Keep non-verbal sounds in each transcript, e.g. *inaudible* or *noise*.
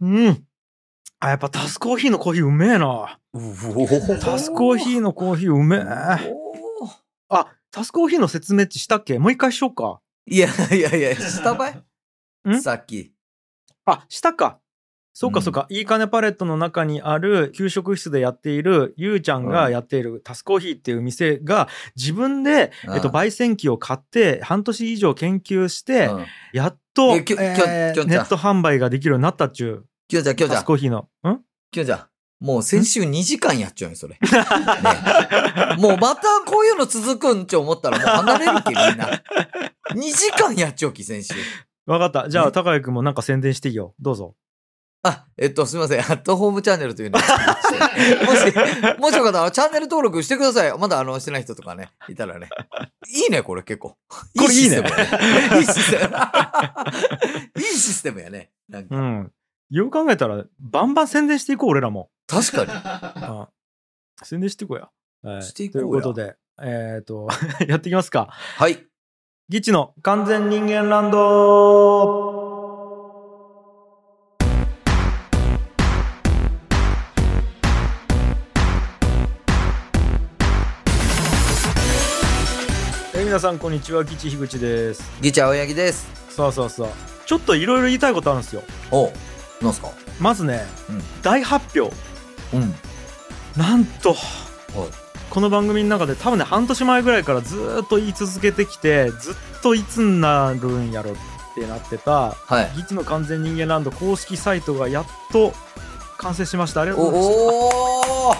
うん。あ、やっぱタスコーヒーのコーヒーうめえな。うタスコーヒーのコーヒーうめえ。おーあ、タスコーヒーの説明ってしたっけもう一回しようか。いやいやいや、したばいんさっき。あ、したか。そううかんそうか、いいかねパレットの中にある給食室でやっているゆうちゃんがやっているタスコーヒーっていう店が自分で、うんえっと、焙煎機を買って半年以上研究して、うんやっと、えきょえーきょきょんちゃんネット販売ができるようになったっちゅきょちゃん、きうょちタゃんス、コーヒーの。んきょちゃん。もう先週2時間やっちゃう *laughs* よ、それ。ねもうまたこういうの続くんち思ったらもう離れるけ、みんな。2時間やっちゃうき、先週。わかった。じゃねあ、高井くんもなんか宣伝していいよ。どうぞ。あ、えっと、すみません。アットホームチャンネルというのを作りましてもし、もしよかったら、チャンネル登録してください。まだ、あの、してない人とかね、いたらね。いいね、これ結構。これいいねシステムやねいいシステム。いいシステムやね。なんうかん。よく考えたら、バンバン宣伝していこう、俺ら *laughs* も。確かに。あ宣伝していこうや。はいしていこうやということで、えっ、と、 *laughs* やっていきますか。はい。ギチの完全人間ランドえー皆さんこんにちはギチ樋口ですギチ青柳です。さあさあさあちょっといろいろ言いたいことあるんですよおうなんすかまずね、うん大発表うん。なんとこの番組の中で多分ね半年前ぐらいからずーっと言い続けてきてずっといつになるんやろってなってたはい。ギチの完全人間ランド公式サイトがやっと完成しましたありがとうございますおおー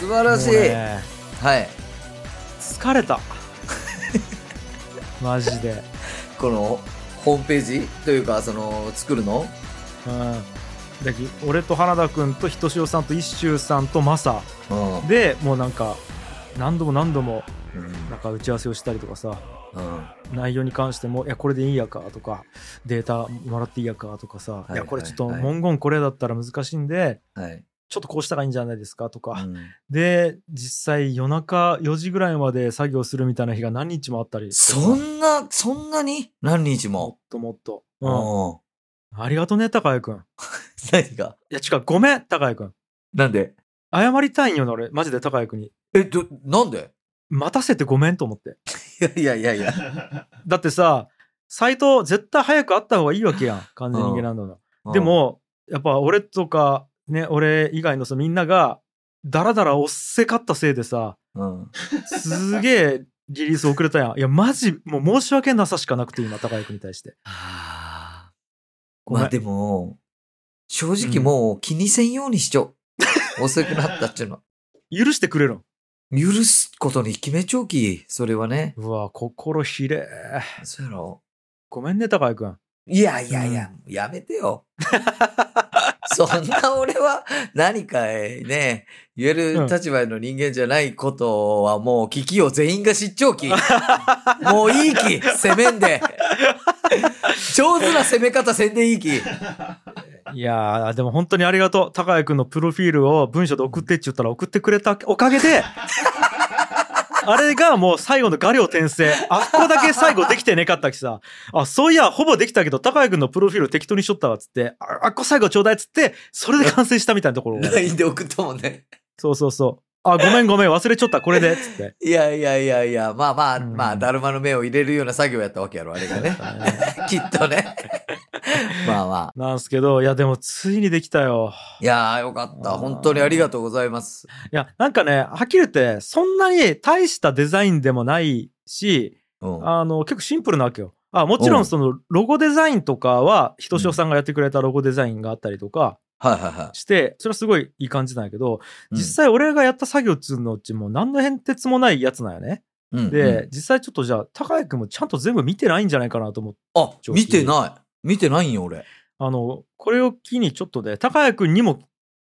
素晴らしもうい、ねはい。疲 *laughs* れたマジで、この、ホームページというか、その、作るのうん、だけど俺と花田君とひとしおさんと一周さんとマサうん。うんでもうなんか何度も何度もなんか打ち合わせをしたりとかさうん。内容に関しても「いやこれでいいやか」とか「データもらっていいやか」とかさ「いいやこれちょっとはいはい文言これだったら難しいんではい。ちょっとこうしたらいいんじゃないですか」とか、うんで実際夜中4時ぐらいまで作業するみたいな日が何日もあったりそもんな、そんなに何日っも。ともっと、ううん、ん。ありがとね高井君何がいや違うごめん高井君なんで謝りたいんよな俺マジで高井君にえ、ど、なんで待たせてごめんと思っていやいやいやいや。だってさサイト絶対早くあった方がいいわけやん完全人間ランドので、も、やっぱ俺とか、ね、俺以外のさ、みんなが、だらだらおっせかったせいで *laughs* さ、うん。すげえリリース遅れたやん。いや、マジ、もう申し訳なさしかなくて、今、高井君に対して。はあごめんまあでも、正直もう気にせんようにしちょ。う遅くなったっちゅう *laughs* の。許してくれるん。許すことに決めちょうき、それはね。うわ、心ひれえ。そうやろ。ごめんね、高井君。いやいやいや、やめてよ。 *laughs* そんな俺は何かね、言える立場の人間じゃないことはもう危機を全員が知っちょ *laughs* うき。もういいき、攻めんで。上手な攻め方せんでいいき。いやー、でも本当にありがとう。高井君のプロフィールを文章で送ってって言ったら送ってくれたおかげで、あれがもう最後の画量転生。あそこだけ最後できてねかったきさ。あ、そういや、ほぼできたけど、高井君のプロフィール適当にしとったわ、つって。あ、あっこ最後ちょうだい、つって、それで完成したみたいなところ LINE で送ったもんね。そうそうそう。あ、ごめんごめん、忘れちゃった、これで、つって。いやいやいやいや、まあまあ、うんまあ、だるまの目を入れるような作業やったわけやろ、あれがね。きっとね。まあまあ。なんすけど、いや、でもついにできたよ。いやー、よかった。本当にありがとうございます。いや、なんかね、はっきり言って、そんなに大したデザインでもないし、うん。はあの、結構シンプルなわけよ。あ、もちろうんんそのロゴデザインとかは、ひとしおさんがやってくれたロゴデザインがあったりとかいはいはして、それはすごいいい感じなんやけど、い。実際俺がやった作業っつうのうちもう何の変哲もないやつなんよね。うん、うんで、、実際ちょっとじゃあ、高谷くんもちゃんと全部見てないんじゃないかなと思って、あ、調子見てない。見てないんよ、俺。あの、これを機にちょっとで、高谷くんにも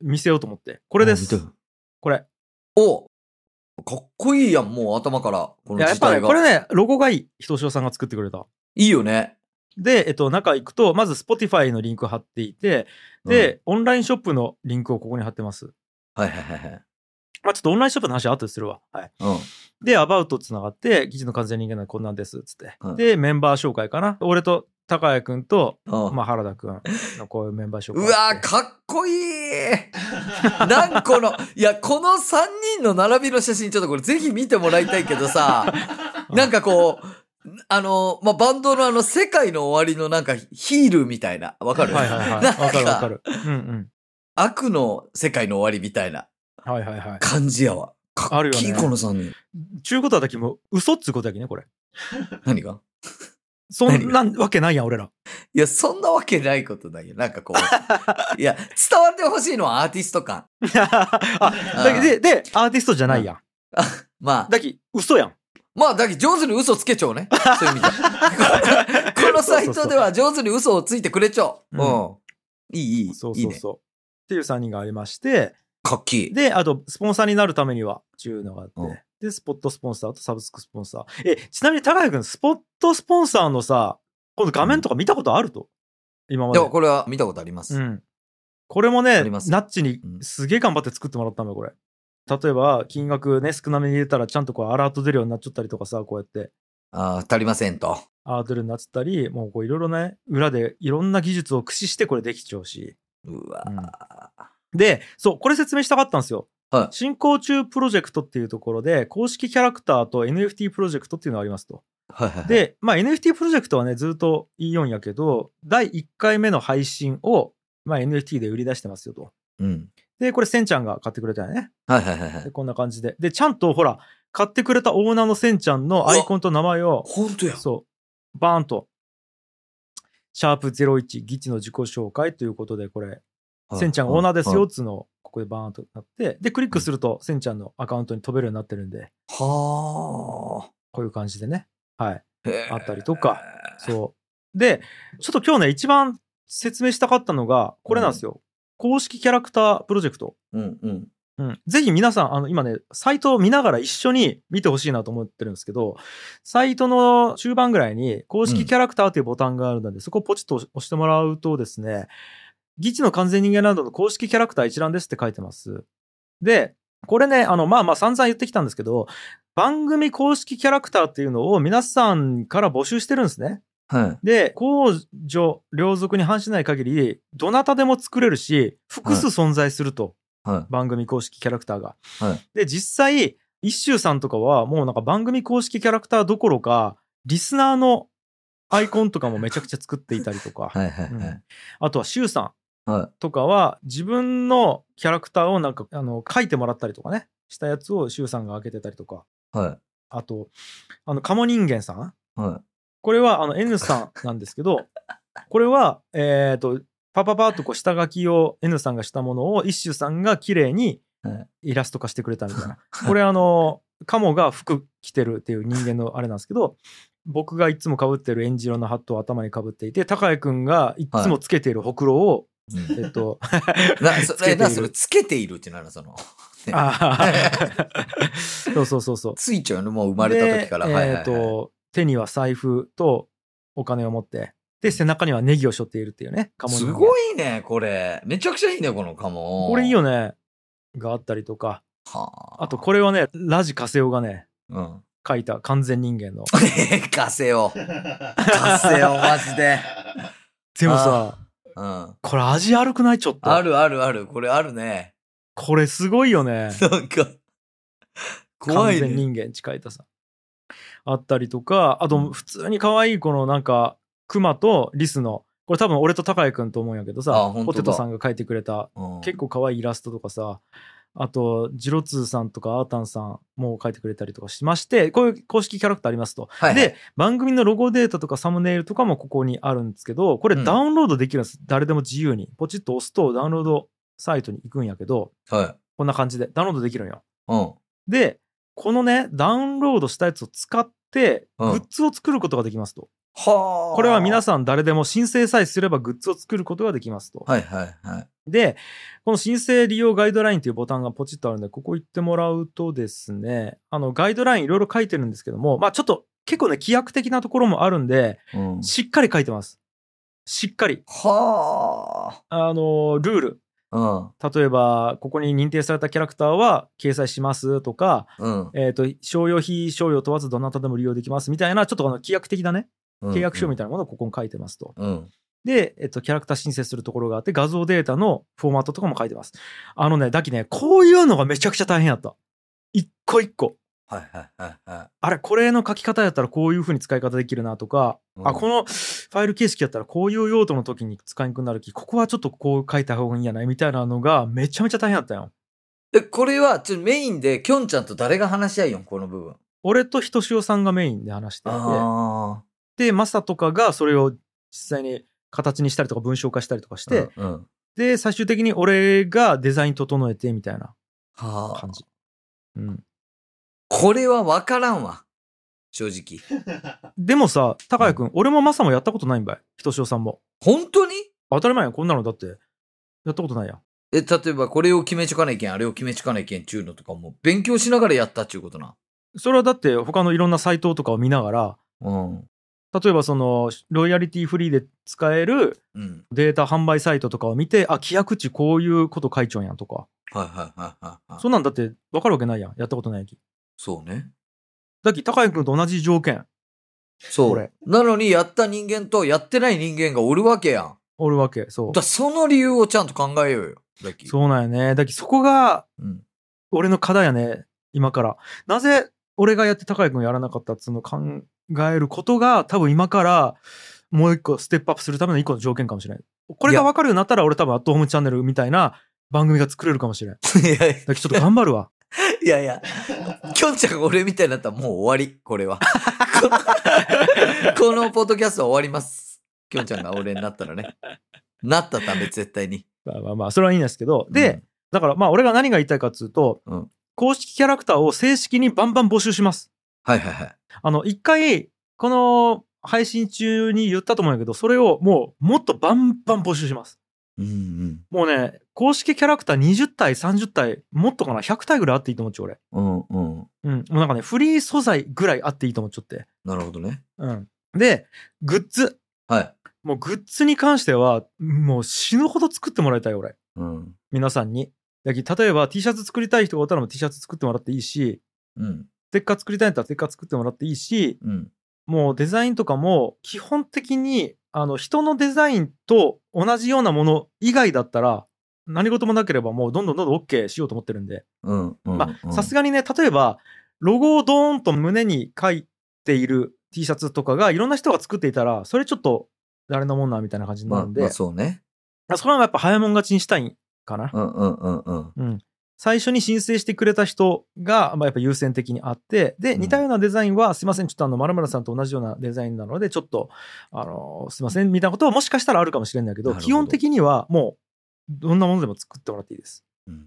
見せようと思って。これであ見すて。これ。おかっこいいやん、もう頭から。いこのや、やっ時ぱ代ね、が。これね、ロゴがいい。ひとしおさんが作ってくれた。いいよね。で、えっと、中行くと、まず Spotify のリンク貼っていて、で、オンラインショップのリンクをここに貼ってます。はいはいはいはい。まあ、ちょっとオンラインショップの話は後でするわ。はい。うん。で、アバウトつながって、記事の完全人間なんでこんなんです、つって。うんで、メンバー紹介かな。俺と高谷君と、うんまあ、原田君のこういうメンバー紹う介わー、かっこ *laughs* いいなんこの、いや、この3人の並びの写真、ちょっとこれぜひ見てもらいたいけ *laughs* どさ、なんかこう、あの、まあ、バンドのあの、世界の終わりのなんかヒールみたいな、わかる、はいはいはいなんかわかるわかるうんうん悪の世界の終わりみたいなはいはいはい感じやわ。かあっるよきいい、ねこの3人。ちゅうことはだけもう嘘っつうことやきねこれ何がそんなわけないやん *laughs* 俺らいや、そんなわけないことないよ。なんかこ *laughs* う。いや、伝わってほしいのはアーティスト感。あだけででアーティストじゃないやんまあ、だき嘘やんまあ、だけど上手に嘘つけち *laughs* ゃうね。そういう意味じゃ。このサイトでは上手に嘘をついてくれちゃう。うん。いい、いい、そういいそうね。そうっていう3人がありましてかっきいい。であとスポンサーになるためにはっていうのがあって、うんでスポットスポンサーとサブスクスポンサーえちなみに高谷君スポットスポンサーのさこの画面とか見たことあると、今まででもこれは見たことあります。うん。これもね、ありナますッチにうんすげえ頑張って作ってもらったのよ、これ。例えば、金額ね、少なめに入れたら、ちゃんとこう、アラート出るようになっちゃったりとかさ、こうやって、あー足りませんと。アラート出るようになっちゃったり、もうこう、いろいろね、裏でいろんな技術を駆使してこれできちゃうし。うわで、そう、これ説明したかったんですよ。はい進行中プロジェクトっていうところで、公式キャラクターと NFT プロジェクトっていうのがありますと。はいはいはい、で、まあ、NFT プロジェクトはね、ずっと言いようんやけど、第1回目の配信を、まあ、NFT で売り出してますよと。うん。で、これ、せんちゃんが買ってくれたよね。はいはいはいはでい。こんな感じで。で、ちゃんと、ほら、買ってくれたオーナーのせんちゃんのアイコンと名前を、ほんとや。そう、バーンと、シャープ01、ギチの自己紹介ということで、これ、せんちゃんオーナーですよ、っつうのを、ここでバーンとなって、で、クリックすると、せんちゃんのアカウントに飛べるようになってるんで、はこういう感じでね。はい。あ。へーあったりとか。そう。で、ちょっと今日ね、一番説明したかったのが、これなんですよ。公式キャラクタープロジェクト。うんうん。うん、ぜひ皆さん、あの、今ね、サイトを見ながら一緒に見てほしいなと思ってるんですけど、サイトの中盤ぐらいに公式キャラクターというボタンがあるので、そこをポチッと押してもらうとですね、ギチの完全人間ランドの公式キャラクター一覧ですって書いてます。で、これね、あの、まあまあ散々言ってきたんですけど、番組公式キャラクターっていうのを皆さんから募集してるんですね。はい。で、公序良俗に反しない限り、どなたでも作れるし、複数存在すると、はい番組公式キャラクターが。はで、実際、一周さんとかは、もうなんか番組公式キャラクターどころか、リスナーのアイコンとかもめちゃくちゃ作っていたりとか、はいはいはい。あとは周さんはいとかは、自分のキャラクターをなんか、あの、書いてもらったりとかね、したやつを周さんが開けてたりとか、はあと、あの、カモ人間さんい。はこれはあの N さんなんですけ *laughs* ど、これは、えっ、と、パパパッとこう下書きを N さんがしたものを一周さんが綺麗にはいイラスト化してくれたみたい *laughs* な。これあの、カモが服着てるっていう人間のあれなんですけど、僕がいつも被ってるエンジ色のハットを頭に被っていて、高谷くんがいつもつけているほくろを、い。うんえっ *laughs* と、な、そつけているなそれ、つけているってなるその。あー *laughs* そうそうそうそう。ついちゃうの、もう生まれた時から。ではいはいえはっい。と、手には財布とお金を持って、で、背中にはネギを背負っているっていうね、カモす人間ごいね、これ。めちゃくちゃいいね、このカモ。これいい。よね。があったりとか。はあ。あと、これはね、ラジカセオがね、うん。 *laughs* 書いた完全人間の。カセオ。カセオ、マジで。でもさ、うん。これ味悪くないちょっと。あるあるある。これあるね。これすごいよね。なんか、怖い完全ね。人間って書いたさ。あったりとか、あと、普通に可愛いこのなんか、熊とリスの、これ多分俺と高谷くんと思うんやけどあさ、本ポ当だテトさんが書いてくれた、うん結構可愛いイラストとかさ、あと、ジロツーさんとかアータンさんも書いてくれたりとかしまして、こういう公式キャラクターありますと。はい、で、番組のロゴデータとかサムネイルとかもここにあるんですけど、これうんダウンロードできるんです。誰でも自由に。ポチッと押すとダウンロードサイトに行くんやけど、はい。こんな感じでダウンロードできるんよ。うん。で、このね、ダウンロードしたやつを使って、グうんッズを作ることができますと。はあ。これは皆ささん誰でも申請さえすればグッズを作ることができますと。はいはいはい。で、この申請利用ガイドラインというボタンがポチッとあるんで、ここ行ってもらうとですね、あの、ガイドラインいろいろ書いてるんですけども、まあちょっと結構ね、規約的なところもあるんで、うん、しっかり書いてます。しっかり。はあの、ルール。あ。例えば、ここに認定されたキャラクターは掲載しますとか、うん。うん。えっ、と、商用費、商用問わずどなたでも利用できますみたいな、ちょっとあの、規約的なね、契約書みたいたいなものをここに書いてますと。な。うん。で、えっと、キャラクター申請するところがあって、画像データのフォーマットとかも書いてます。あのね、だきね、こういうのがめちゃくちゃ大変やった。一個一個。はいはいはいはあれ、これの書き方やったらこういう風に使い方できるなとか、うんあ、このファイル形式やったらこういう用途の時に使いにくくなるき、ここはちょっとこう書いた方がいいんやないみたいなのがめちゃめちゃ大変やったよ。い。え、これは、ちょ、メインで、きょんちゃんと誰が話し合いよん、この部分。俺とひとしおさんがメインで話してて、ああ。で、マサとかがそれを実際に形にしたりとか文章化したりとかして、うんうん。で、最終的に俺がデザイン整えてみたいなはあ感。じ。うん。これは分からんわ。正直。でもさ、高谷くん、俺もマサもやったことないんばい。ひとしおさんも。本当に当たり前やん、こんなのだって、やったことないやん。え、例えばこれを決めちょかないけん、あれを決めちょかないけんちゅうのとかも勉強しながらやったっちゅうことな。それはだって他のいろんなサイトとかを見ながら、うん。例えばそのロイヤリティフリーで使えるうん。データ販売サイトとかを見て、あ、規約値こういうこと書いちゃうんやんとか。はいはいはいはいはい。そんなんだって分かるわけないやん。やったことないき。そうね。だっき、高谷くんと同じ条件、そこうれ。なのにやった人間とやってない人間がおるわけやん。おるわけ。そう。だ、その理由をちゃんと考えようよ。だき。そうなんよね。だっき、そこがうん。俺の課題やね、今から。なぜ俺がやって高谷くんやらなかったっつうのを考えることが、多分今からもう一個ステップアップするための一個の条件かもしれない。これが分かるようになったら、俺多分アットホームチャンネルみたいな番組が作れるかもしれん。だいやいけどちょっと頑張るわ。やいや、きょんちゃんが俺みたいになったらもう終わり、これは。このこの *laughs* ポッドキャストは終わります。きょんちゃんが俺になったらね。なったため、絶対に。まあまあまあ、それはいいんですけど。で、だからまあ俺が何が言いたいかっつうと、うん公式キャラクターを正式にバンバン募集します。はいはいはい。あの、一回、この配信中に言ったと思うんだけど、それをもうもっとバンバン募集します。うんうん。もうね、公式キャラクター20体、30体、もっとかな、100体ぐらいあっていいと思っちゃう、俺。うんうん。うん。もうなんかね、フリー素材ぐらいあっていいと思っちゃって。なるほどね。うん。で、グッズ。はい。もうグッズに関しては、もう死ぬほど作ってもらいたい、俺。うん。皆さんに。だけど例えば T シャツ作りたい人がおったらもう T シャツ作ってもらっていいし、うん。ステッカー作りたいんだったらステッカー作ってもらっていいし、うん。もうデザインとかも基本的に、あの、人のデザインと同じようなもの以外だったら、何事もなければもうどんどんどんどん OK しようと思ってるんで。うん。まあ、さすががにね、例えば、ロゴをドーンと胸に書いている T シャツとかがいろんな人が作っていたら、それちょっと誰のもんなみたいな感じにまなあ、るんで、まあ、そうね。それはやっぱ早いもん勝ちにしたいかな。うんうんうんうん。うん。最初に申請してくれた人が、まあ、やっぱ優先的にあって、で、うん似たようなデザインは、すいません、ちょっとあの、まるさんと同じようなデザインなので、ちょっと、あの、すいません、みたいなことはもしかしたらあるかもしれないんだけど、なるほど基本的にはもう、どんなものでも作ってもらっていいです。うん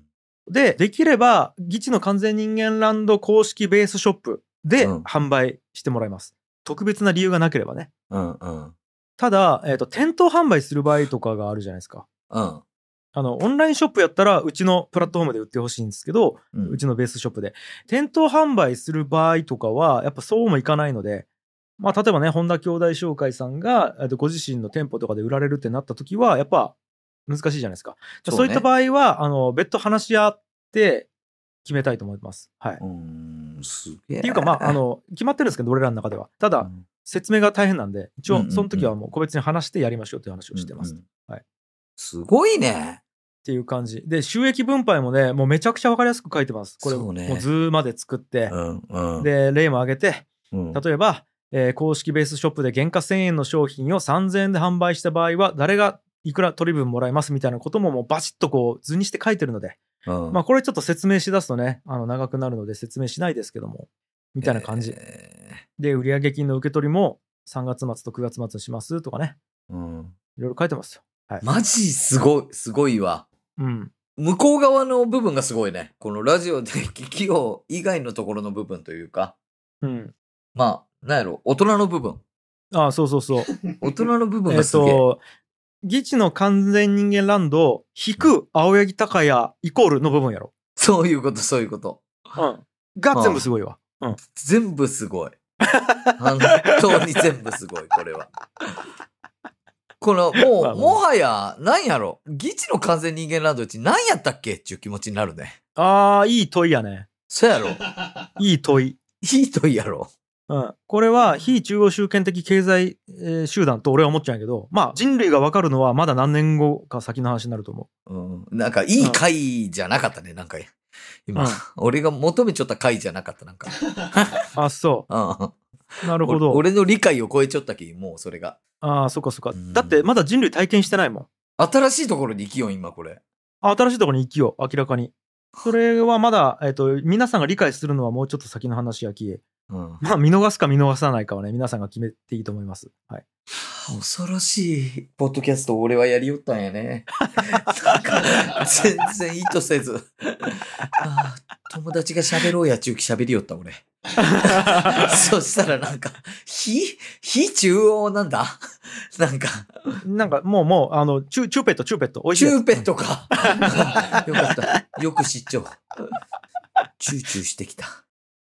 で、できれば、ギチの完全人間ランド公式ベースショップでうん販売してもらいます。特別な理由がなければね。うんうん。ただ、えっ、と、店頭販売する場合とかがあるじゃないですか。うん。あの、オンラインショップやったら、うちのプラットフォームで売ってほしいんですけど、うんうちのベースショップで。店頭販売する場合とかは、やっぱそうもいかないので、まあ、例えばね、本田兄弟商会さんが、えっとご自身の店舗とかで売られるってなった時は、やっぱ難しいじゃないですか。そう,、そうねいった場合は、あの、別途話し合って決めたいと思います。はい。っうん。すげえ。っていうか、まあ、あ、の、決まってるんですけど、俺らの中では。ただ、説明が大変なんで、一うんうんう応、んその時はもう個別に話してやりましょうという話をしてます。うんうんはい。すごいね。っていう感じ。で、収益分配もね、もうめちゃくちゃわかりやすく書いてます。これ、そうねもう図まで作って、んうで、例も挙げて、うん例えば、えー公式ベースショップで原価1000円の商品を3000円で販売した場合は、誰がいくら取り分もらえますみたいなことももうバチッとこう図にして書いてるので、うんまあこれちょっと説明しだすとね、あの長くなるので説明しないですけども、みたいな感じ。えで、売上金の受け取りも3月末と9月末にしますとかね、ーうんいろいろ書いてますよ。はい。マジすごい、すごいわ。うん。向こう側の部分がすごいね。このラジオで聞きよう以外のところの部分というか、うん。まあ、なんやろ、大人の部分。ああ、そうそう *laughs* そう。大人の部分えっがすげえ。と、ギチの完全人間ランド、引く青柳高也イコールの部分やろ。そういうこと、そういうこと。うん。が全部すごいわ。全部 *laughs* すごい。本当に全部すごい、これは。この、もう、まあまあもはや、なんやろ、議事の完全人間ランドうち何やったっけっていう気持ちになるね。ああ、いい問いやね。 *laughs* そうやろ。いい問い。いいといいやろ。うん、これは非中央集権的経済、えー集団と俺は思っちゃうんやけど、まあ人類が分かるのはまだ何年後か先の話になると思うん、なんか、いい回じゃなかったね、なんか。今、うん俺が求めちょった回じゃなかった、なんか。う。あ、そうん。う。 *laughs* なるほど。俺の理解を超えちょったき、もうそれが。ああ、そっかそっかうん。だってまだ人類体験してないもん。新しいところに生きよう、今これ。あ新しいところに生きよう、明らかに。それはまだ、えっ、と、皆さんが理解するのはもうちょっと先の話やき、うん。まあ見逃すか見逃さないかはね、皆さんが決めていいと思います。はい。恐ろしい、ポッドキャストを俺はやりよったんやね。なんか、全然意図せず。ああ友達が喋ろうや、中期喋りよっ *laughs* た、俺。そしたらなんか、非、非中央なんだなんか、なんかもうもう、あの、チュチューペット、チューペット、美味しいチやつ。ューペットか。 *laughs* よかった。よく知っちゃう。チューチューしてきた。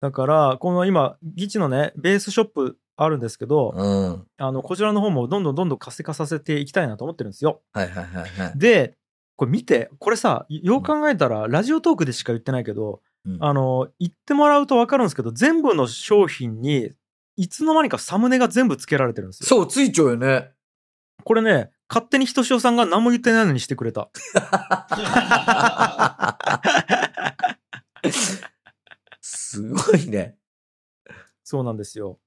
だから、この今、ギチのね、ベースショップあるんですけど、うん。はいあの、こちらの方もどんどんどんどん活性化させていきたいなと思ってるんですよ。はいはいはい。で、これ見て、これさ、よう考えたら、ラジオトークでしか言ってないけど、うんあの、言ってもらうとわかるんですけど、全部の商品に、いつの間にかサムネが全部付けられてるんですよ。そう、ついちゃうよね。これね、勝手にひとしおさんが何も言ってないのにしてくれた。すごいね。そうなんですよ。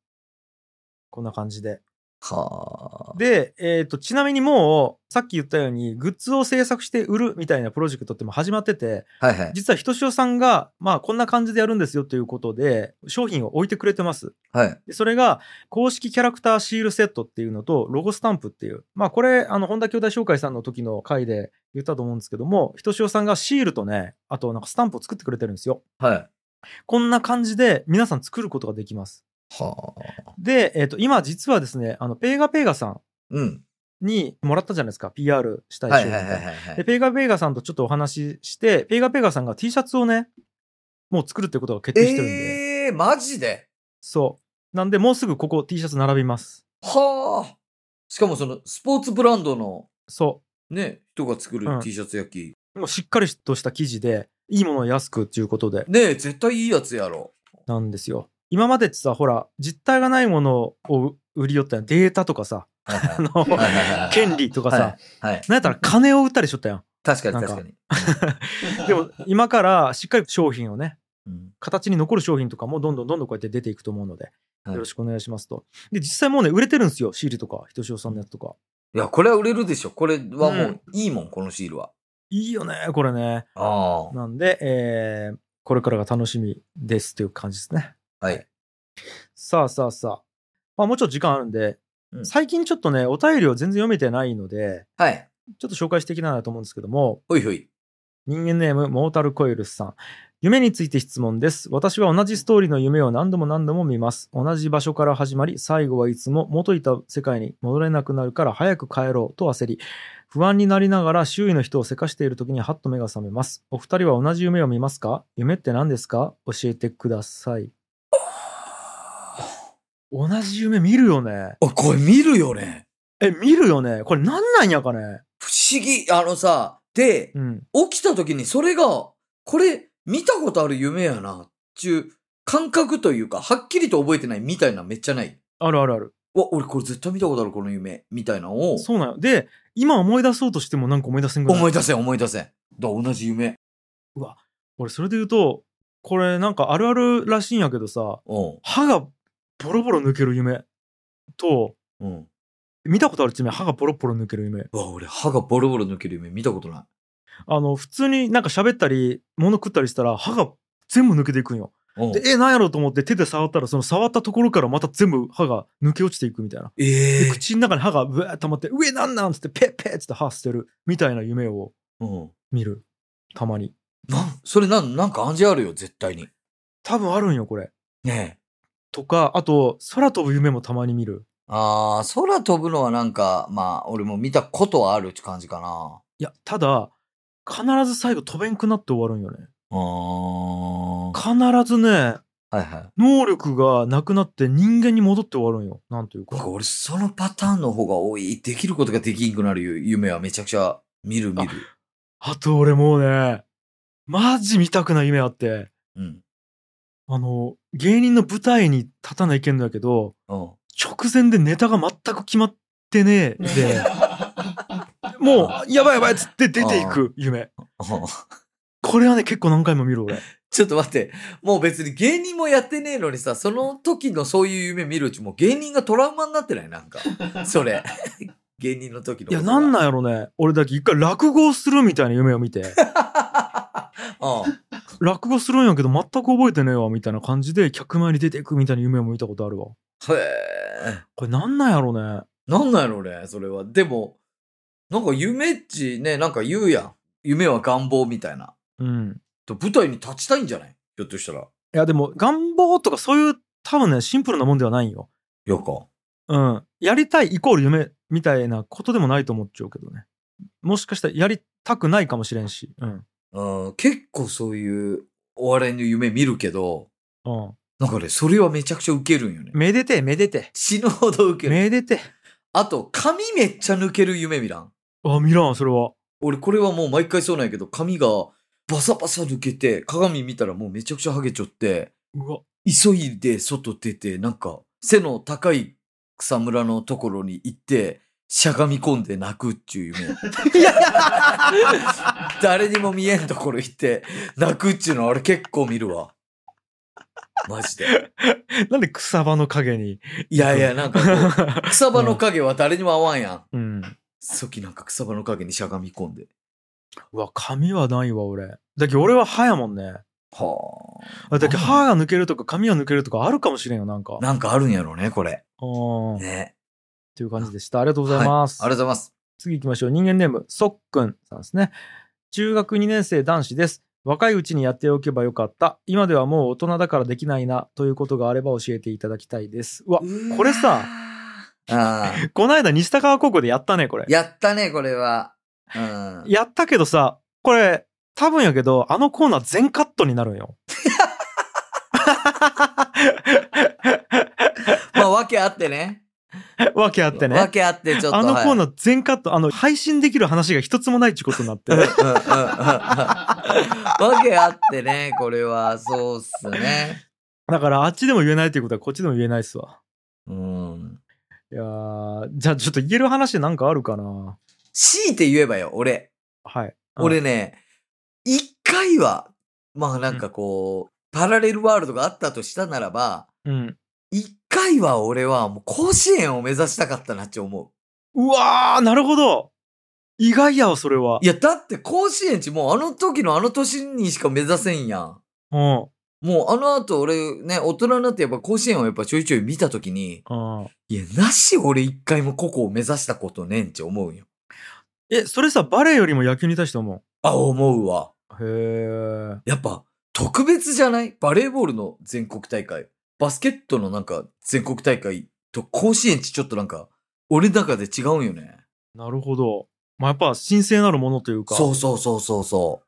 こんな感じで。はあ。で、えっ、と、ちなみにもう、さっき言ったように、グッズを制作して売るみたいなプロジェクトってもう始まってて、はいはい。実はひとしおさんが、まあ、こんな感じでやるんですよということで、商品を置いてくれてます。はい。でそれが、公式キャラクターシールセットっていうのと、ロゴスタンプっていう。まあ、これ、あの、本田兄弟紹介さんの時の回で言ったと思うんですけども、ひとしおさんがシールとね、あとなんかスタンプを作ってくれてるんですよ。はい。こんな感じで、皆さん作ることができます。はあ。で、えっ、と、今実はですね、あの、ペーガペーガさんうん。にもらったじゃないですか、PR したいは商い品はいはいが。はいはで、い。ペーガペーガさんとちょっとお話しして、ペーガペーガさんが T シャツをね、もう作るってことが決定してるんで。ええー、マジでそう。なんで、もうすぐここ T シャツ並びます。はあ。しかもその、スポーツブランドのそね、人が作るうん T シャツ焼き。う。もうしっかりとした生地で、いいものを安くっていうことで、ねえ、絶対いいやつやろ。なんですよ。今までってさ、ほら、実体がないものを売り寄ったやんデータとかさ、はいあはの、いはいはいはい権 *laughs* 利とかさ、はい。はい。なんやったら金を売ったりしとったやん。確かになんか確かに。でも、今からしっかり商品をね、うん形に残る商品とかもどんどんどんどんこうやって出ていくと思うので、はいよろしくお願いしますと。で、実際もうね、売れてるんですよ。シールとか、ひとしおさんのやつとか。いや、これは売れるでしょ。これはもうんういいもん、このシールは。いいよね、これね。あなんで、えーこれからが楽しみですという感じですね。あ。はい。さあさあさあ。まあ、もうちょっと時間あるんで、うん最近ちょっとね、お便りを全然読めてないので、はい。ちょっと紹介していきたいなと思うんですけども、ほいほい。人間ネーム、モータルコイルスさん。夢について質問です。私は同じストーリーの夢を何度も何度も見ます。同じ場所から始まり、最後はいつも元いた世界に戻れなくなるから早く帰ろうと焦り、不安になりながら周囲の人をせかしている時にハッと目が覚めます。お二人は同じ夢を見ますか夢って何ですか教えてください。同じ夢見るよね。あ、これ見るよね。え、見るよね。これ何なんやかね。不思議。あのさ、でう、ん。起きた時にそれが、これ見たことある夢やな、っていう感覚というか、はっきりと覚えてないみたいなめっちゃない。あるあるある。うわ、俺これ絶対見たことある、この夢。みたいなのを、そうなんよ。で、今思い出そうとしてもなんか思い出せんぐらい。思い出せん、思い出せん。だ、同じ夢。俺それで言うとこれなんかあるあるらしいんやけどさうん。歯がボロボロ抜ける夢とうん。見たことある地名歯がボロボロ抜ける夢うわ、俺歯がボロボロ抜ける夢見たことない。あの普通になんか喋ったり物食ったりしたら歯が全部抜けていくんようんでえなんやろうと思って手で触ったらその触ったところからまた全部歯が抜け落ちていくみたいなえでえ口の中に歯がブワーッ溜まって「上なんなん?」っつってペッペッつって歯捨てるみたいな夢をうん。見るたまになん、それなん、なんか暗示あるよ、絶対に。多分あるんよこれねえ。とかあと空飛ぶ夢もたまに見るああ、空飛ぶのはなんか、まあ、俺も見たことはあるって感じかな。いや、ただ、必ず最後飛べんくなって終わるんよね。うーん。は必ずね、いはい。能力がなくなって人間に戻って終わるんよ。なんというなんかか。俺、そのパターンの方が多い。できることができんくなる夢はめちゃくちゃ見る見る。あと俺もうね、マジ見たくない夢あって、うん。あの、芸人の舞台に立たないけんのやけど、うん。 *laughs* 直前でネタが全く決まってねえで、もう、やばいやばいっつって出ていく夢。これはね、結構何回も見る俺。ちょっと待って。もう別に芸人もやってねえのにさ、その時のそういう夢見るうちもう芸人がトラウマになってないなんか。*laughs* それ。芸人の時のいことや、が。なんなんやろね。俺だけ一回落語をするみたいな夢を見て、うん。落語するんやけど全く覚えてねえわみたいな感じで客前に出ていくみたいな夢を見たことあるわ。へえ。これなんなんやろね。なんなんやろね、それは。でも、なんか夢っちね、なんか言うやん。夢は願望みたいな。うん。と舞台に立ちたいんじゃないひょっとしたら。いや、でも願望とかそういう多分ね、シンプルなもんではないよ。よか。うん。やりたいイコール夢みたいなことでもないと思っちゃうけどね。もしかしたらやりたくないかもしれんし。うん。うん、結構そういうお笑いの夢見るけど、うん。なんかね、それはめちゃくちゃウケるんよね。めでて、めでて。死ぬほどウケる。めでて。あと、髪めっちゃ抜ける夢見らん。あ、見らん、それは。俺、これはもう毎回そうなんやけど、髪がバサバサ抜けて、鏡見たらもうめちゃくちゃハゲちょって、うわ。急いで外出て、なんか、背の高い草むらのところに行って、しゃがみ込んで泣くっていう夢。誰にも見えんところ行って、泣くっていうのは俺結構見るわ。マジで。なんで草場の影 *laughs* に。いやいや、なんかこう、草場の影は誰にも合わんやうん。ん。さっきなんか草場の影にしゃがみ込んで。うわ、髪はないわ、俺。だけど俺は歯やもんね。はだけど歯が抜けるとか髪が抜けるとかあるかもしれんよ、なんかあ。。なんかあるんやろね、これ。うん。っね。ていう感じでした。ありがとうございます。ありがとうございます。次行きましょう。人間ネーム、そっくんさんですね。中学2年生男子です。若いうちにやっておけばよかった。今ではもう大人だからできないな、ということがあれば教えていただきたいです。うわ、これさあー。この間西高川高校でやったね、これ。やったね、これは。うん。やったけどさ、これ、多分やけど、あのコーナー全カットになるん *laughs* よ。まあ、訳あってね。わけあってね。訳あって、ちょっと。あのコーはいナー全カット、あの、配信できる話が一つもないってことにな *laughs* って。うんうんうんうん訳あってね、これは。そうっすね。だから、あっちでも言えないということは、こっちでも言えないっすわ。うん。いやー、じゃあちょっと言える話なんかあるかな強いて言えばよ、俺。はい。うん俺ね、一回は、まあなんかこう、パラレルワールドがあったとしたならば、うん。一回は俺はもう甲子園を目指したかったなって思う。うわー、なるほど。意外やわ、それは。いや、だって甲子園っちもうあの時のあの年にしか目指せんやん。うん。もうあの後俺ね、大人になってやっぱ甲子園をやっぱちょいちょい見た時に、うん。いや、なし俺一回もここを目指したことねんって思うんよ。え、それさ、バレーよりも野球に対して思あ、思うわ。う。へえ。やっぱ特別じゃないバレーボールの全国大会。バスケットのなんか全国大会と甲子園っちちょっとなんか、俺の中で違うんよね。なるほど。まあ、やっぱ神聖なるものというか。。そうそうそうそうそ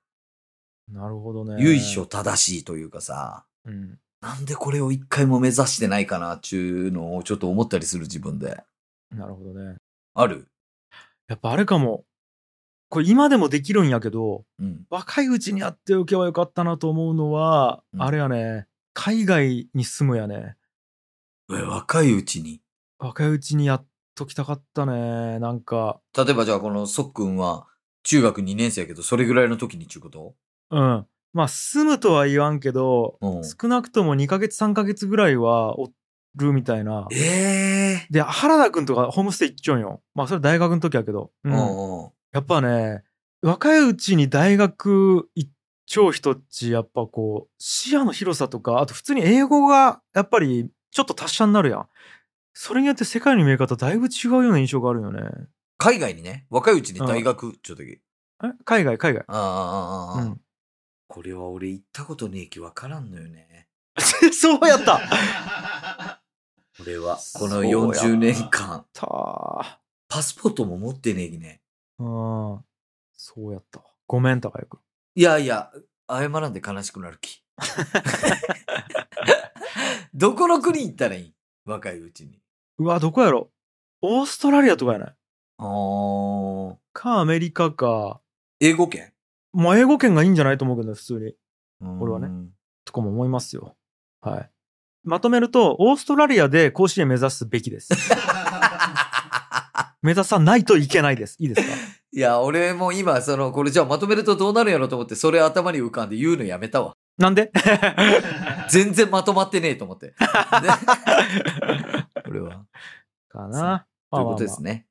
うなるほどね。う。由緒。正しいというかさ。うん。なんでこれを一回も目指してないかなっていうのをちょっと思ったりする自分で。なるほどね。あるやっぱあれかも。これ今でもできるんやけど、うん。若いうちにやっておけばよかったなと思うのは、うんあれやね。海外に住むやね。え若いうちに。若いうちにやっときたかったね。なんか、例えばじゃあこのそっくんは中学2年生やけど、それぐらいの時にちゅうことうん。まあ、住むとは言わんけど、うん少なくとも2ヶ月3ヶ月ぐらいはおるみたいな。ええで、原田くんとかホームステイ行っちゃうんよ。まあ、それ大学の時やけど。うん。うんうん。やっぱね、若いうちに大学行っちゃう人っち、やっぱこう、視野の広さとか、あと普通に英語がやっぱりちょっと達者になるやん。それによって世界の見え方だいぶ違うような印象があるよね。海外にね、若いうちに大学っちゅう時。え海外、海外。ああああああ、うん。これは俺行ったことねえきわからんのよね。 *laughs* そうやった俺は、このそうやな40年間、たーパスポートも持ってねえきね。うん。そうやったわ。ごめん、高谷君。いやいや、謝らんで悲しくなる *laughs* き。どこの国行ったらいい若いうちに。うわ、どこやろオーストラリアとかやないあーか、アメリカか。英語圏まあ、英語圏がいいんじゃないと思うけどね、普通に。うん俺はねとかも思いますよ。はい。まとめると、オーストラリアで甲子園目指すべき *laughs* です。目指さないといけないです。いいですかいや、俺も今、その、これじゃあまとめるとどうなるんやろと思って、それ頭に浮かんで言うのや *laughs* めたわ。なんで全然まとまってねえと *laughs* 思って。ね *laughs* これは。かそうな。まあまとあまあいうことですね。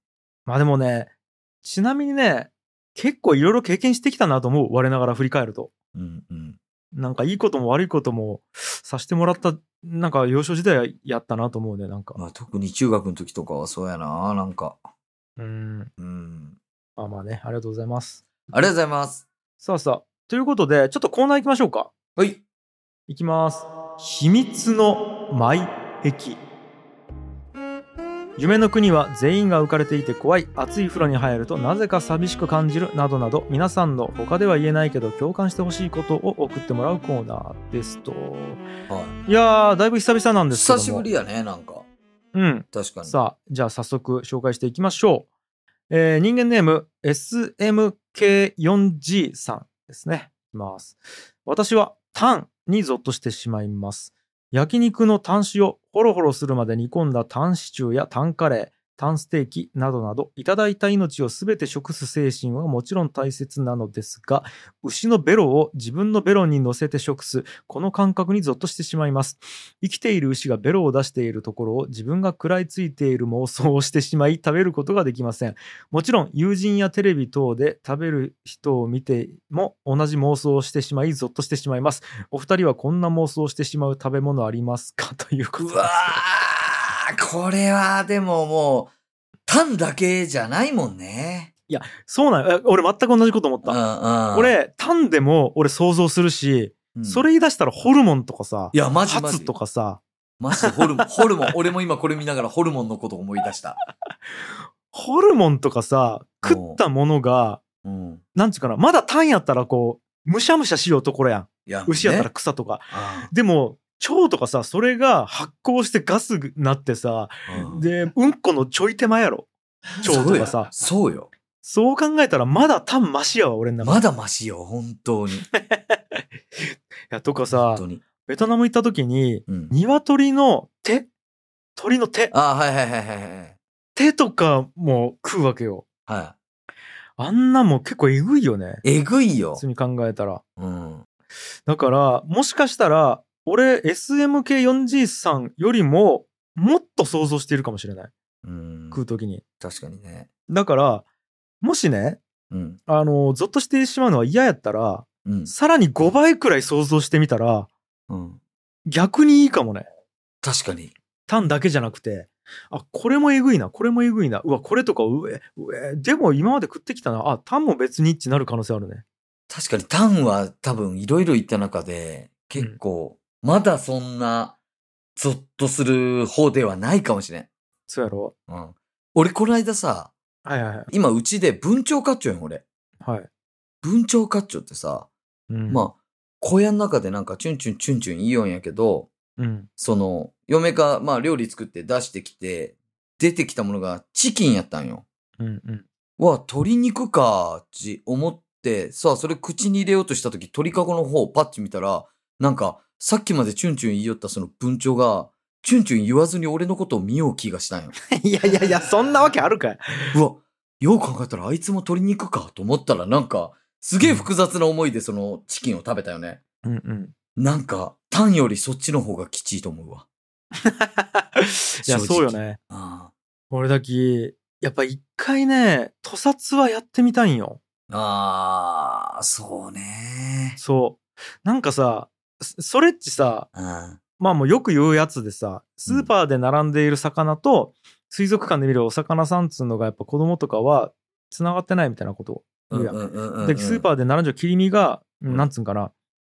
まあでもね、ちなみにね、結構いろいろ経験してきたなと思う。我ながら振り返ると。うんうん。なんかいいことも悪いこともさせてもらった、なんか幼少時代はやったなと思うね、なんか。まあ特に中学の時とかはそうやな、なんか。うん。うん。まあまあね、ありがとうございます。ありがとうございます。さあさあ、ということで、ちょっとコーナー行きましょうか。はい。いきます。秘密の埋壁。夢の国は全員が浮かれていて怖い、熱い風呂に入るとなぜか寂しく感じるなどなど、皆さんの他では言えないけど共感してほしいことを送ってもらうコーナーですと。はいやー、だいぶ久々なんい、ですけど久も。しぶりやね、なんか。うん。確かに。さあ、じゃあ早速紹介していきましょう。えー人間ネーム SMK4G さんですね。いきます。私はタンにゾッとしてしまいます。焼肉のタン塩をホロホロするまで煮込んだタンシチューやタンカレー、タンステーキなどなど、いただいた命をすべて食す精神はもちろん大切なのですが、牛のベロを自分のベロに乗せて食す、この感覚にゾッとしてしまいます。生きている牛がベロを出しているところを自分が食らいついている妄想をしてしまい、食べることができません。もちろん、友人やテレビ等で食べる人を見ても同じ妄想をしてしまい、ゾッとしてしまいます。お二人はこんな妄想をしてしまう食べ物ありますかということうです。わー、これはでももう、タンだけじゃないもんね。そうなんよえ俺全く同じこと思っうんた。うん。こ、れ、タンでも俺想像するし、うんそれ言い出したらホルモンとかさい、や、マジハマツジと。かさ、マジでホルモン、 *laughs* ホルモン。俺も今これ見ながらホルモンのこと思い出した。ホルモンとかさ、うん食ったものが、うん。なんちゅうかな、まだタンやったらこう、むしゃむしゃしようところやん。いや、牛やったらね草とか。あでも、腸とかさ、それが発酵してガスになってさ、あうんで、うんこのちょい手前やろ。腸とかさ。そうよ。そう考えたら、まだタンマシやわ、俺のそうよ中で。まだマシよ、本当に。いや、とか *laughs* 本さ、当に。ベトナム行った時に、うん。鶏の手鳥の手ああ、はいはいはいはいはい。手とかも食うわけよ。はあんなもん結構えぐいよね。い。えぐいよ普。通に考えたら。うん。だから、もしかしたら、俺、SMK4G さんよりも、もっと想像しているかもしれない。うん。食う時に。確かにね。だから、もしね、うん。あの、ゾッとしてしまうのは嫌やったら、うん。さらに5倍くらい想像してみたら、うん。逆にいいかもね。確かに。単だけじゃなくて、あ、これもえぐいな、これもえぐいな、うわ、これとか、うえ、うえ、でも今まで食ってきたな、あ、タンも別にってなる可能性あるね。確かに、タンは多分いろいろ言った中で、結構、まだそんな、ゾッとする方ではないかもしれん。そうやろうん。俺、この間さ、はいはいはい。今、うちで文鳥カッチョやん、俺。はい。文鳥カッチョってさ、うん、あ、まあ、小屋の中でなんか、チュンチュンチュンチュン言いようんやけど、うん。その、嫁が、まあ、料理作って出してきて、出てきたものがチキンやったんよ。うんうん。わあ、鶏肉か、ち思って、さあ、それ口に入れようとした時、鳥かごの方をパッチ見たら、なんか、さっきまでチュンチュン言いよったその文鳥が、チュンチュン言わずに俺のことを見よう気がしたんよ。 *laughs* いやいやいや、そんなわけあるかい。うわ、よう考えたらあいつも鶏肉かと思ったら、なんか、すげえ複雑な思いでそのチキンを食べたよね。うん *laughs* うん。なんか、タンよりそっちの方がきちいと思うわ。いや、正直そうよね。あ俺だけ、やっぱ一回ね、屠殺はやってみたいんよ。あ、ああそうね。そう。なんかさ、そそれっちさ、うん。まあもうよく言うやつでさ、スーパーで並んでいる魚と、水族館で見るお魚さんっつうのがやっぱ子供とかは繋がってないみたいなこと言うやん。で、スーー、パーで並んじゃう切り身が、んなんつうんかな、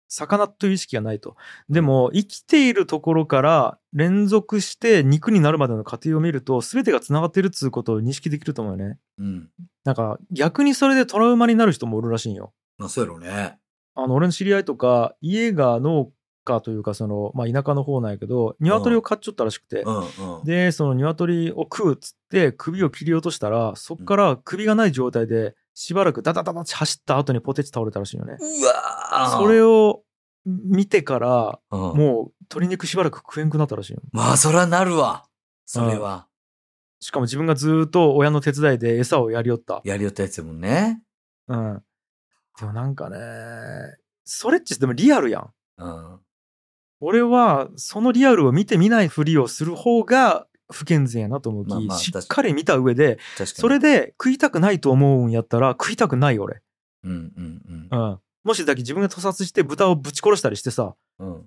魚という意識がないと。でも、生きているところから連続して肉になるまでの過程を見ると、全てが繋がってるっつうことを認識できると思うよね。うん。なんか、逆にそれでトラウマになる人もおるらしいんよ。まあ、そうやろうね。あの、俺の知り合いとか、家が農家というか、その、まあ、田舎の方なんやけど、鶏を飼っちゃったらしくて、うんうん。で、その鶏を食うっつって、首を切り落としたら、そっから首がない状態で、しばらくダダダダって走った後にポテチ倒れたらしいよね。うわーそれを見てから、うん。もう鶏肉しばらく食えんくなったらしいよ。まあ、そらなるわ。それは。しかも自分がずーっと親の手伝いで餌をやりよった。やりよったやつやもんね。うん。でもなんかね、それっちでもリアルやん。うん。俺はそのリアルを見てみないふりをする方が不健全やなと思うき、まあまあしっ確かり見た上で、確かに。それで食いたくないと思うんやったら食いたくない俺。うんうんうん。もしだけ自分が屠殺して豚をぶち殺したりしてさ、うん。うん。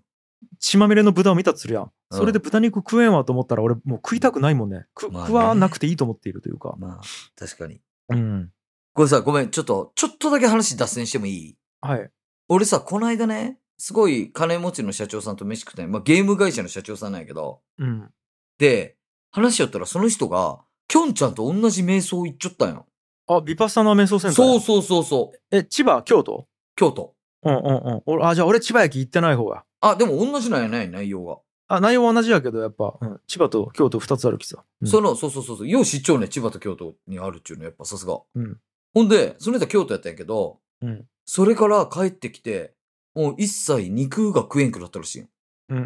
血まみれの豚を見たとするやん。うんそれで豚肉食えんわと思ったら俺もう食いたくないもんね。くまあね食わなくていいと思っているというか。まあ、確かに。うん。これさ、ごめん、ちょっと、ちょっとだけ話脱線してもいいはい。俺さ、この間ね、すごい金持ちの社長さんと飯食ったんやまあ、ゲーム会社の社長さんなんやけど、うん。で、話しよったらその人が、きょんちゃんと同じ瞑想行っちゃったんよ。あ、ビパッサナ瞑想センター。そうそうそうそう。え、千葉、京都京都。うんうんうん。俺、あ、じゃあ俺千葉駅行ってない方や。あ、でも同じなんやない内容が。あ、内容は同じやけど、やっぱ、うん、千葉と京都二つあるきさ。うんその、そうそうそうそう。よう知っちゃうね、千葉と京都にあるっちゅうの、やっぱさすが。うんほんで、その人は京都やったんやけど、うんそれから帰ってきて、もう一切肉が食えんくなったらしいんようん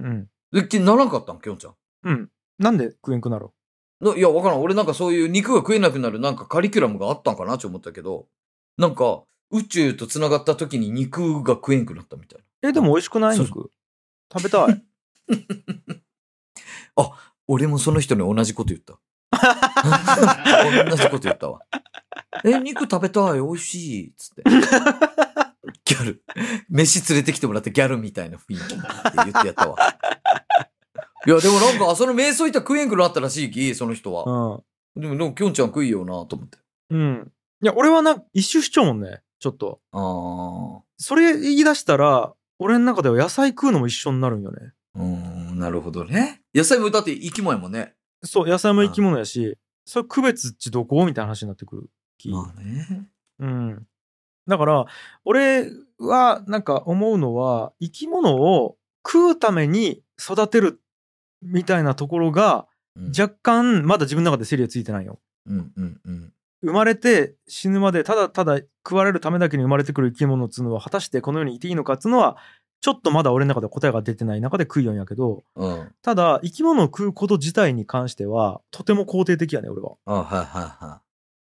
うん。で、きならんかったん、きょんちゃん。うん。なんで食えんくなるないや、わからん。俺なんかそういう肉が食えなくなるなんかカリキュラムがあったんかなって思ったけど、なんか宇宙と繋がった時に肉が食えんくなったみたいな。え、でも美味しくないそう肉。食べた *laughs* い。俺もその人に同じこと言った。同じこと言ったわ。え、肉食べたい、美味しい、つって。ギャル。飯連れてきてもらってギャルみたいな雰囲気って言ってやったわ。いや、でもなんか、その瞑想行ったら食えんくなったらしいき、その人うは。ん。でも、でも、きょんちゃん食いよな、と思って。うん。いや、俺はな、一周しちゃうもんね。ちょっと。あそれ言い出したら、俺の中では野菜食うのも一緒になるんよね。あ。うーん、なるほどね。野菜もだって生き物やもんね。そう、野菜も生き物やし、それ区別っちどこみたいな話になってくるき。あね。うん。だから、俺はなんか思うのは、生き物を食うために育てるみたいなところが、ゃ、若干まだ自分の中で整理はついてないよ。うんうんうん。生まれて死ぬまでただただ食われるためだけに生まれてくる生き物っつうのは果たしてこの世にいていいのかっつうのはちょっとまだ俺の中で答えが出てない中で食いよんやけどうん。ただ生き物を食うこと自体に関してはとても肯定的やね俺は。あはいはいはい。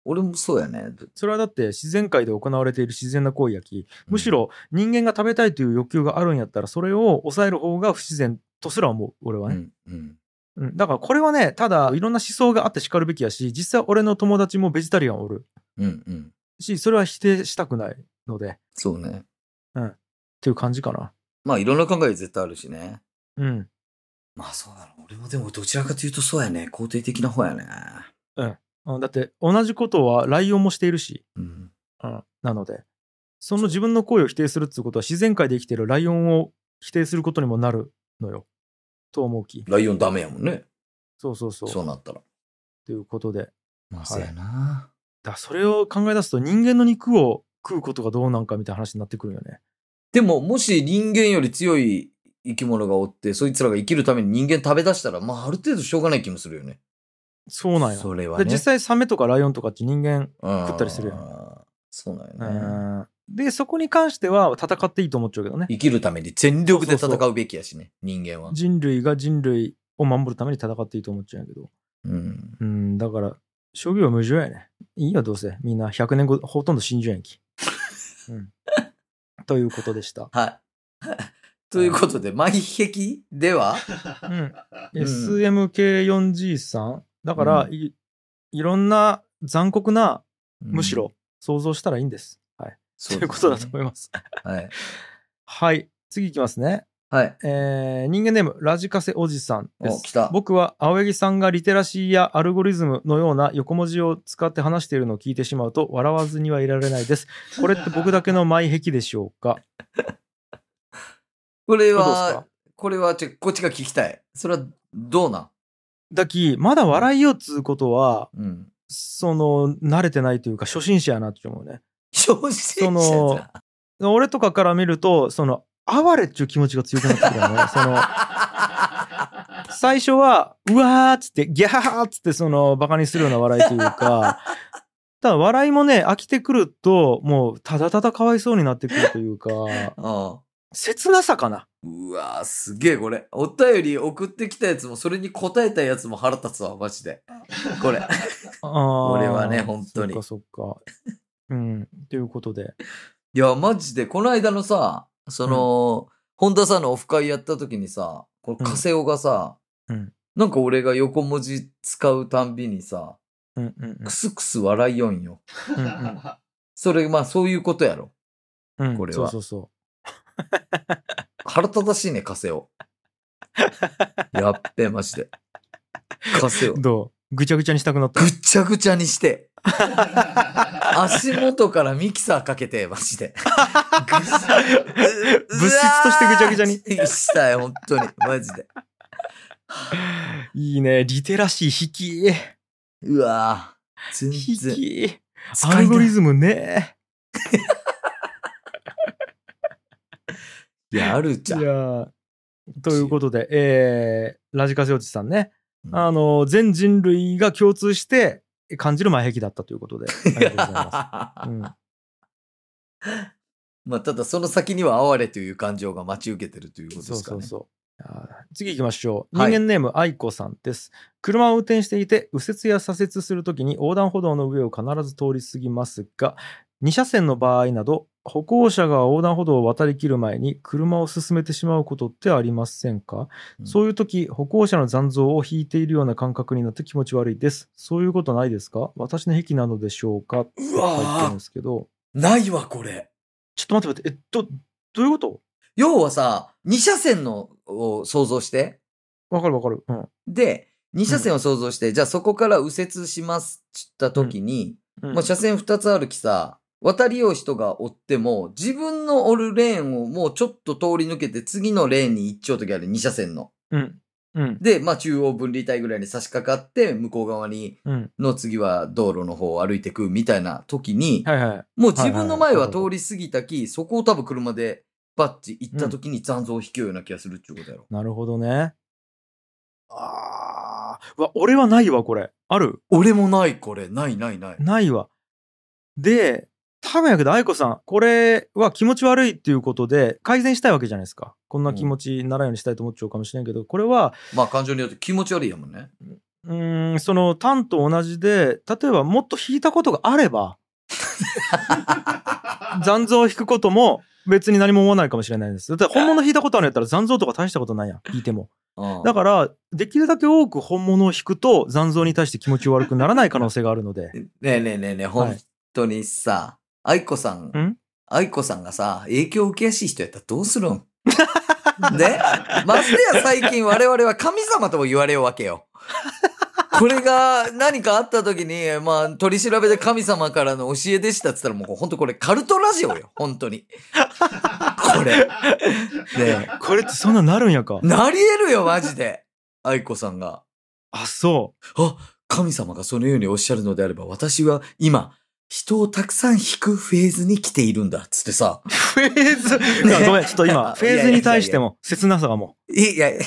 俺もそうやね。それはだって自然界で行われている自然な行為やきむしろ人間が食べたいという欲求があるんやったらそれを抑える方が不自然とすら思う俺はうね、んうん。うんだからこれはねただいろんな思想があってしかるべきやし実際俺の友達もベジタリアンおるうんうん。しそれは否定したくないのでっそうね。ていう感じかなまあいろんな考え絶対あるしね。うんまあそうなの。俺もでもどちらかというとそうやね。肯定的な方やね。うんだって同じことはライオンもしているし、うん。うん、なのでその自分の行為を否定するっていうことは自然界で生きてるライオンを否定することにもなるのよと思うきライオンダメやもんね。そうそうそうそうなったら。ということでまはいあそうやな。だそれを考え出すと人間の肉を食うことがどうなんかみたいな話になってくるよねでももし人間より強い生き物がおって、そいつらが生きるために人間食べ出したら、まあある程度しょうがない気もするよね。そうなんよそれはでね。実際サメとかライオンとかって人間食ったりするやんそうなんよね。うんでそこに関しては戦っていいと思っちゃうけどね生きるために全力で戦うべきやしね、人間は。人類が人類を守るために戦っていいと思っちゃうんやけどうん。うん、だから、将棋は無情やね。いいよ、どうせ。みんな100年後、ほとんど死んじゃうやんき。うん。ということでした。はい。 *laughs* ということで、毎壁では、うん。うん SMK4G さん。だから、うい、いろんな残酷な、むしろ、想像したらいいんです。はい。そということだと思います。 *laughs* う。はい。はい。次いきますね。はい。えー、人間ネーム、ラジカセおじさんでお、す。来た。僕は青柳さんがリテラシーやアルゴリズムのような横文字を使って話しているのを聞いてしまうと笑わずにはいられない *laughs* です。これって僕だけの前壁でしょうか *laughs* どこれうですはか、これはちょ、こっちが聞きたい。それは、どうなだき、まだ笑いようっつうことは、んうん。その、慣れてないというか初心者やなって思うね。正直そその俺とかから見ると、その、哀れっていう気持ちが強くなってくるよね。その、最初は、うわーっつって、ギャーっつって、その、バカにするような笑いというか、ただ笑いもね、飽きてくると、もう、ただただかわいそうになってくるというか、あ切なさかな。うわーすげえこれ。お便り送ってきたやつも、それに答えたやつも腹立つわ、マジで。これ。俺はね本当にそっかそっか。うん。ということで。いや、マジで、この間のさ、その、本田さんのオフ会やった時にさ、こうのんカセオがさ、うんなんか俺が横文字使うたんびにさ、うんうんクスクス笑いよんよ。うんうんそれ、まあそういうことやろ。うん。うんこれそはうそうそ腹立たしいね、カセ *laughs* オ。やっべ、マジで。カセオう。。どうぐちゃぐちゃにしたくな *laughs* ったぐ。っちゃぐちゃにして。足元からミキサーかけて、マ *laughs* ジで。物質物質としてぐちゃぐちゃに。したい、本当に。マジで。いいね。リテラシー引き。うわぁ。全引然。き。使いアないルゴリズムね。いや、あるいじゃやん。ーということで、えー、ラジカセおじさんね、うんあの全人類が共通して感じる前壁だったということでありがとうござい *laughs* ます、うん、まあ、ただその先には哀れという感情が待ち受けてるということそでうすかそね。うそう。あー次行きましょう。人はい間ネーム、愛子さんです。車を運転していて、右折や左折するときに横断歩道の上を必ず通り過ぎますが、2車線の場合など、歩行者が横断歩道を渡りきる前に車を進めてしまうことってありませんか、うんそういう時歩行者の残像を引いているような感覚になって気持ち悪いです。そういうことないですか私の癖なのでしょうかってう書いてるんわで、すけど、ないわ、これ。ちょっと待って待って、え、ど、どういうこと要はさ、2車線のを想像して、わかるわかる。うん。で、2車線を想像して、じゃあそこから右折しますって言った時に、うんまあ、車線2つあるきさ、渡りよう人が追っても、自分のおるレーンをもうちょっと通り抜けて、次のレーンに行っちゃう時ある、2車線の。うん。うん。で、まあ、中央分離帯ぐらいに差し掛かって、向こう側にうん。の次は道路の方を歩いてくみたいな時に、はいはい。もう自分の前は通り過ぎたき、そこを多分車でバッチ行った時に残像を引くような気がするっていうことやろ。なるほどね。ああ。うわ、俺はないわ、これ。ある俺もない、これ。ないないない。ないわ。で、多分やけど、愛子さん、これは気持ち悪いっていうことで、改善したいわけじゃないですか。こんな気持ちにならんようにしたいと思っちゃうかもしれんけど、これは、まあ感情によって気持ち悪いやもんね。うーん、その、タンと同じで、例えばもっと引いたことがあれ *laughs* ば、残像を引くことも別に何も思わないかもしれないです。だって本物引いたことあるんやったら残像とか大したことないやん、引いても。うんだから、できるだけ多く本物を引くと残像に対して気持ち悪くならない可能性があるので。 *laughs* ねえねえねえねえ、本当にさ、愛子さん、ん愛子さんがさ、影響を受けやすい人やったらどうするんねましてや最近我々は神様とも言われようわけよ。これが何かあった時に、まあ、取り調べで神様からの教えでしたって言ったらもう本当これカルトラジオよ。本当に。これ。ねえこれってそんななるんや *laughs* か。なり得るよ、マジで。愛子さんが。あ、そ神様がそのようにおっしゃるのであれば、私は今、人をたくさん引くフェーズに来ているんだ、つってさう。。フェーズ、ねごめん、ちょっと *laughs* 今、フェーズに対しても切なさがもいや、よ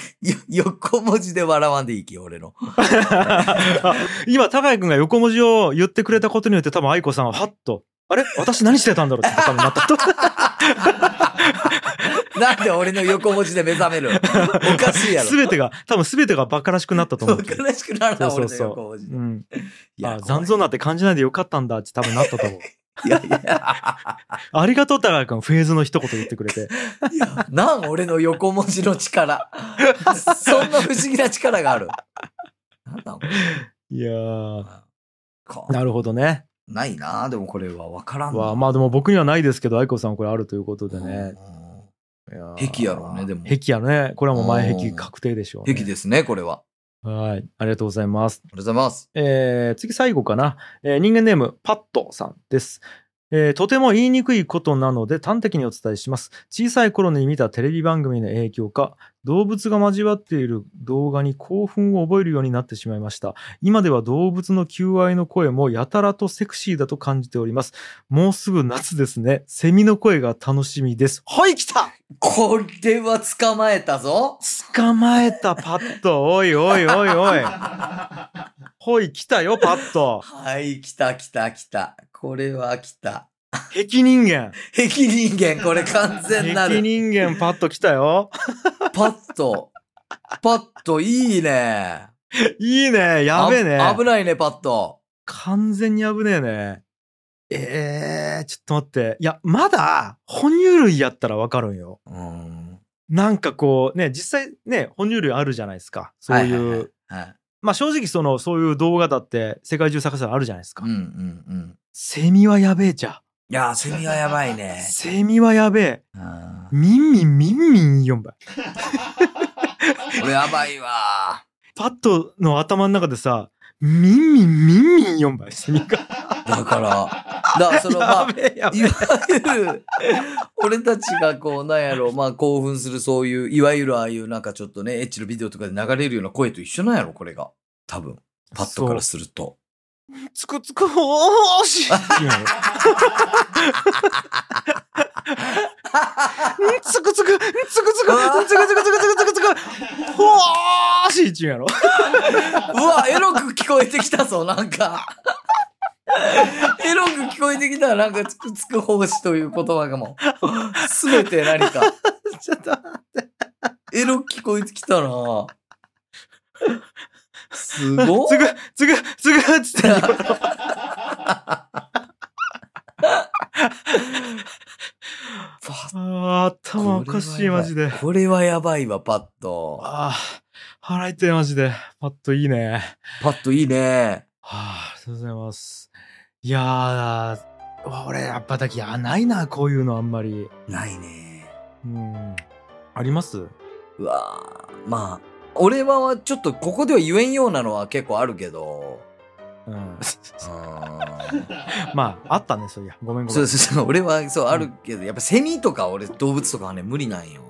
横文字で笑わんでいいき、俺の。う。 *laughs* あ今、高井くんが横文字を言ってくれたことによって多分愛子さんはハッと、あれ私何してたんだろうって多分なったと。なんで俺の横文字で目覚めるおかしいやろ。すべてが、多分すべてがバカらしくなったと思おう。かしくなるな、そ俺うそのうそう横文字うで。ん。いやあ、残像な。なんて感じないでよかったんだって多分なったと *laughs* 思う。いやいや、ありがとう、高井くん。フェーズの一言言ってくれて。いやなん俺の横文字の力。そんな不思議な力がある。なんなんこれいやー。かなるほどね。ないなでもこれは分からんなわあまあでも僕にはないですけど、愛子さんこれあるということでね。うんいやー壁やろうねでも壁やね。これはもう前壁確定でしょう、ね。癖ですね、これは。はい。ありがとうございます。ありがとうございます。えー、次最後かな。えー人間ネーム、パットさんです。えーとても言いにくいことなので端的にお伝えします。小さい頃に見たテレビ番組の影響か、動物が交わっている動画に興奮を覚えるようになってしまいました。今では動物の求愛の声もやたらとセクシーだと感じております。もうすぐ夏ですね。セミの声が楽しみです。はい、来たこれは捕まえたぞ。捕まえたパッド。おいおいおいお *laughs* い。ほい、来たよ、パッド。はい、来た来た来た。これは来た。 *laughs* 壁人間。壁人間、これ完全な *laughs* 壁る。人間パッと来た *laughs* よ。パッと。パッと、いいね。いいね。やべえね。あ危ないね、パッと。完全に危ねえね。ええー、ちょっと待って。いや、まだ、哺乳類やったらわかるんよ。うん。なんかこう、ね、実際ね、哺乳類あるじゃないですか。そういう。はははいはい。まあ正直、その、そういう動画だって、世界中探せばあるじゃないですか。うんうんうん。セミはやべえじゃいやー、セミはやばいん。ね。セミはやべえ。うんミンミンミンミン4倍。これやばいわパッドの頭の中でさ、ミンミンミンミン4倍。セミが。ー。だから、だからその、まあや、べえやべいわゆる、俺たちがこう、なん *laughs* やろ、まあ興奮するそういう、いわゆるああいうなんかちょっとね、エッチのビデオとかで流れるような声と一緒なんやろ、これが。多分。パッとからすると。え。つくつくおーし。っていうのよつくつく、つくつく、つくつくつくつくつくつくつく、ほーしっていうんやろ。うわ、エロく聞こえてきたぞ、な *laughs* んか。エロく聞こえてきたら、なんか、つくつく奉仕という言葉がもう、すべて何か、 *laughs* ちょっと。エロく聞こえてきたなすごっつぐ、つぐ、つぐっつって。あー頭おかしい、マジで。これはやばいわ、パッと。ああ、腹痛い、マジで。パッといいね。パッといいね。はあ、ありがとうございます。いやー、俺、やっぱだけ、やないな、こういうのあんまり。ないね。うん。ありますうわーまあ、俺はちょっとここでは言えんようなのは結構あるけど。 *laughs* うん。うーんまあ、あったね、そういや。ごめんごめそん。うそうそう、俺はそうあるけど、やっぱセミとか俺動物とかはね、無理なんよ。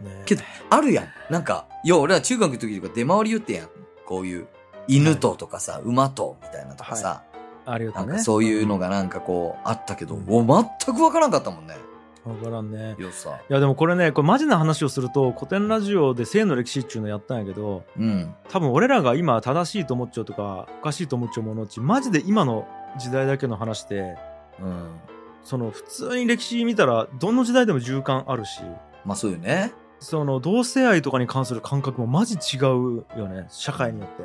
ねけど、あるやん。なんか、いや、俺ら中学の時とか出回り言ってやん。こういう、犬ととかさ、馬とみたいなとかさ、ありがなとんうかね。そういうのがなんかこう、あったけど、もう全くわからんかったもんね。わからんね。よさ。いや、でもこれね、これマジな話をすると、古典ラジオで性の歴史っていうのやったんやけど、うん。多分俺らが今正しいと思っちゃうとか、おかしいと思っちゃうものっち、マジで今の時代だけの話で、うん。その普通に歴史見たら、どの時代でも循環あるし、まあそうよね。その同性愛とかに関する感覚もマジ違うよね社会によって、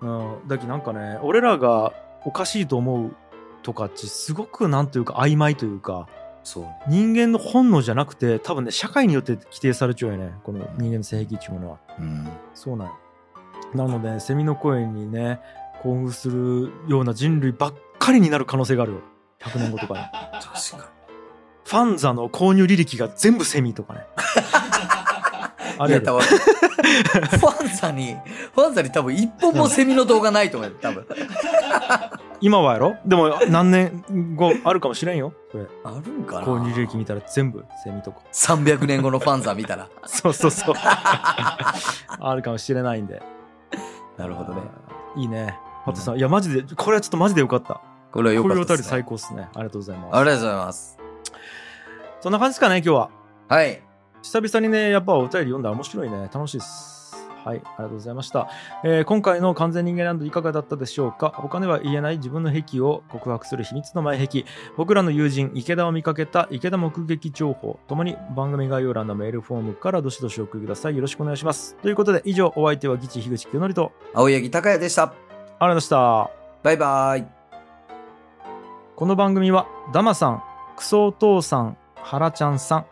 うん。うん、だけどなんかね俺らがおかしいと思うとかっちすごくなんというか曖昧というかそうね。人間の本能じゃなくて多分ね社会によって規定されちゃうよねこの人間の性癖っていうものはうん。そうなんよなのでセミの声にね興奮するような人類ばっかりになる可能性があるよ100年後とかに確かに。ファンザの購入履歴が全部セミとかねあいり得や、る多分 *laughs* ファンさんに、ファンさんに多分一本もセミの動画ないと思うよ、多分。今はやろでも何年後あるかもしれんよこれあるんかな購入履歴見たら全部セミとか ?300 年後のファンさん見たら。 *laughs* そうそうそう *laughs* あるかもしれないんで *laughs* なるほどね。あーいいねパットさん、いやマジでこれはちょっとマジでよかったこれはよこういかうっおた便りです、ね。最高っすねありがとうございあますりがとうございます。そんな感じですかね今日ははい。久々にねやっぱお便り読んだら面白いね楽しいですはいありがとうございました、えー今回の完全人間ランドいかがだったでしょうか他では言えない自分の癖を告白する秘密の前癖僕らの友人池田を見かけた池田目撃情報ともに番組概要欄のメールフォームからどしどしお送りくださいよろしくお願いしますということで以上お相手はギチ樋口清則と青柳高也でした。ありがとうございましたバイバイ。この番組はダマさんクソお父さんハラちゃんさん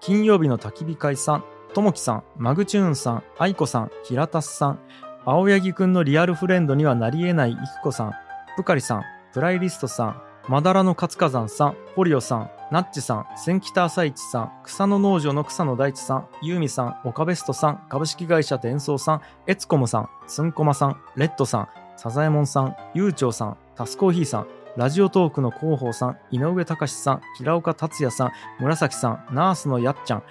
金曜日の焚き火会さんともきさんマグチューンさん愛子さん平田さん青柳くんのリアルフレンドにはなり得ないいくこさんぷかりさんプライリストさんまだらの活火山さんポリオさんナッチさん千北朝市さん草の農場の草野大地さんユーミさんオカベストさん株式会社伝送さんエツコムさんスンコマさんレッドさんサザエモンさんゆうちょうさんタスコーヒーさんラジオトークの広報さん、井上隆さん、平岡達也さん、紫さん、ナースのやっちゃん、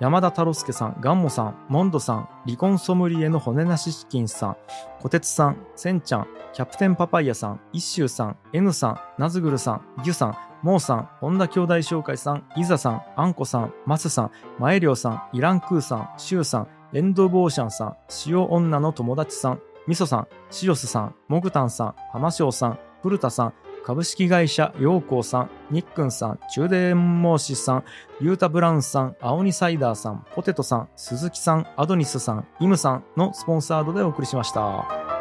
山田太郎介さん、ガンモさん、モンドさん、離婚ソムリエの骨なし資金さん、小鉄さん、センちゃん、キャプテンパパイヤさん、一周さん、N さん、ナズグルさん、ギュさん、モーさん、本田兄弟紹介さん、イザさん、アンコさん、マスさん、マエリョウさん、イランクーさん、シュウさん、エンドボーシャンさん、塩女の友達さん、ミソさん、シオスさん、モグタンさん、浜翔さん、古田さん、株式会社陽光さん、にっくんさん、中電モーシさん、ゆうたブラウンさん、青にサイダーさん、ポテトさん、鈴木さん、アドニスさん、イムさんのスポンサードでお送りしました。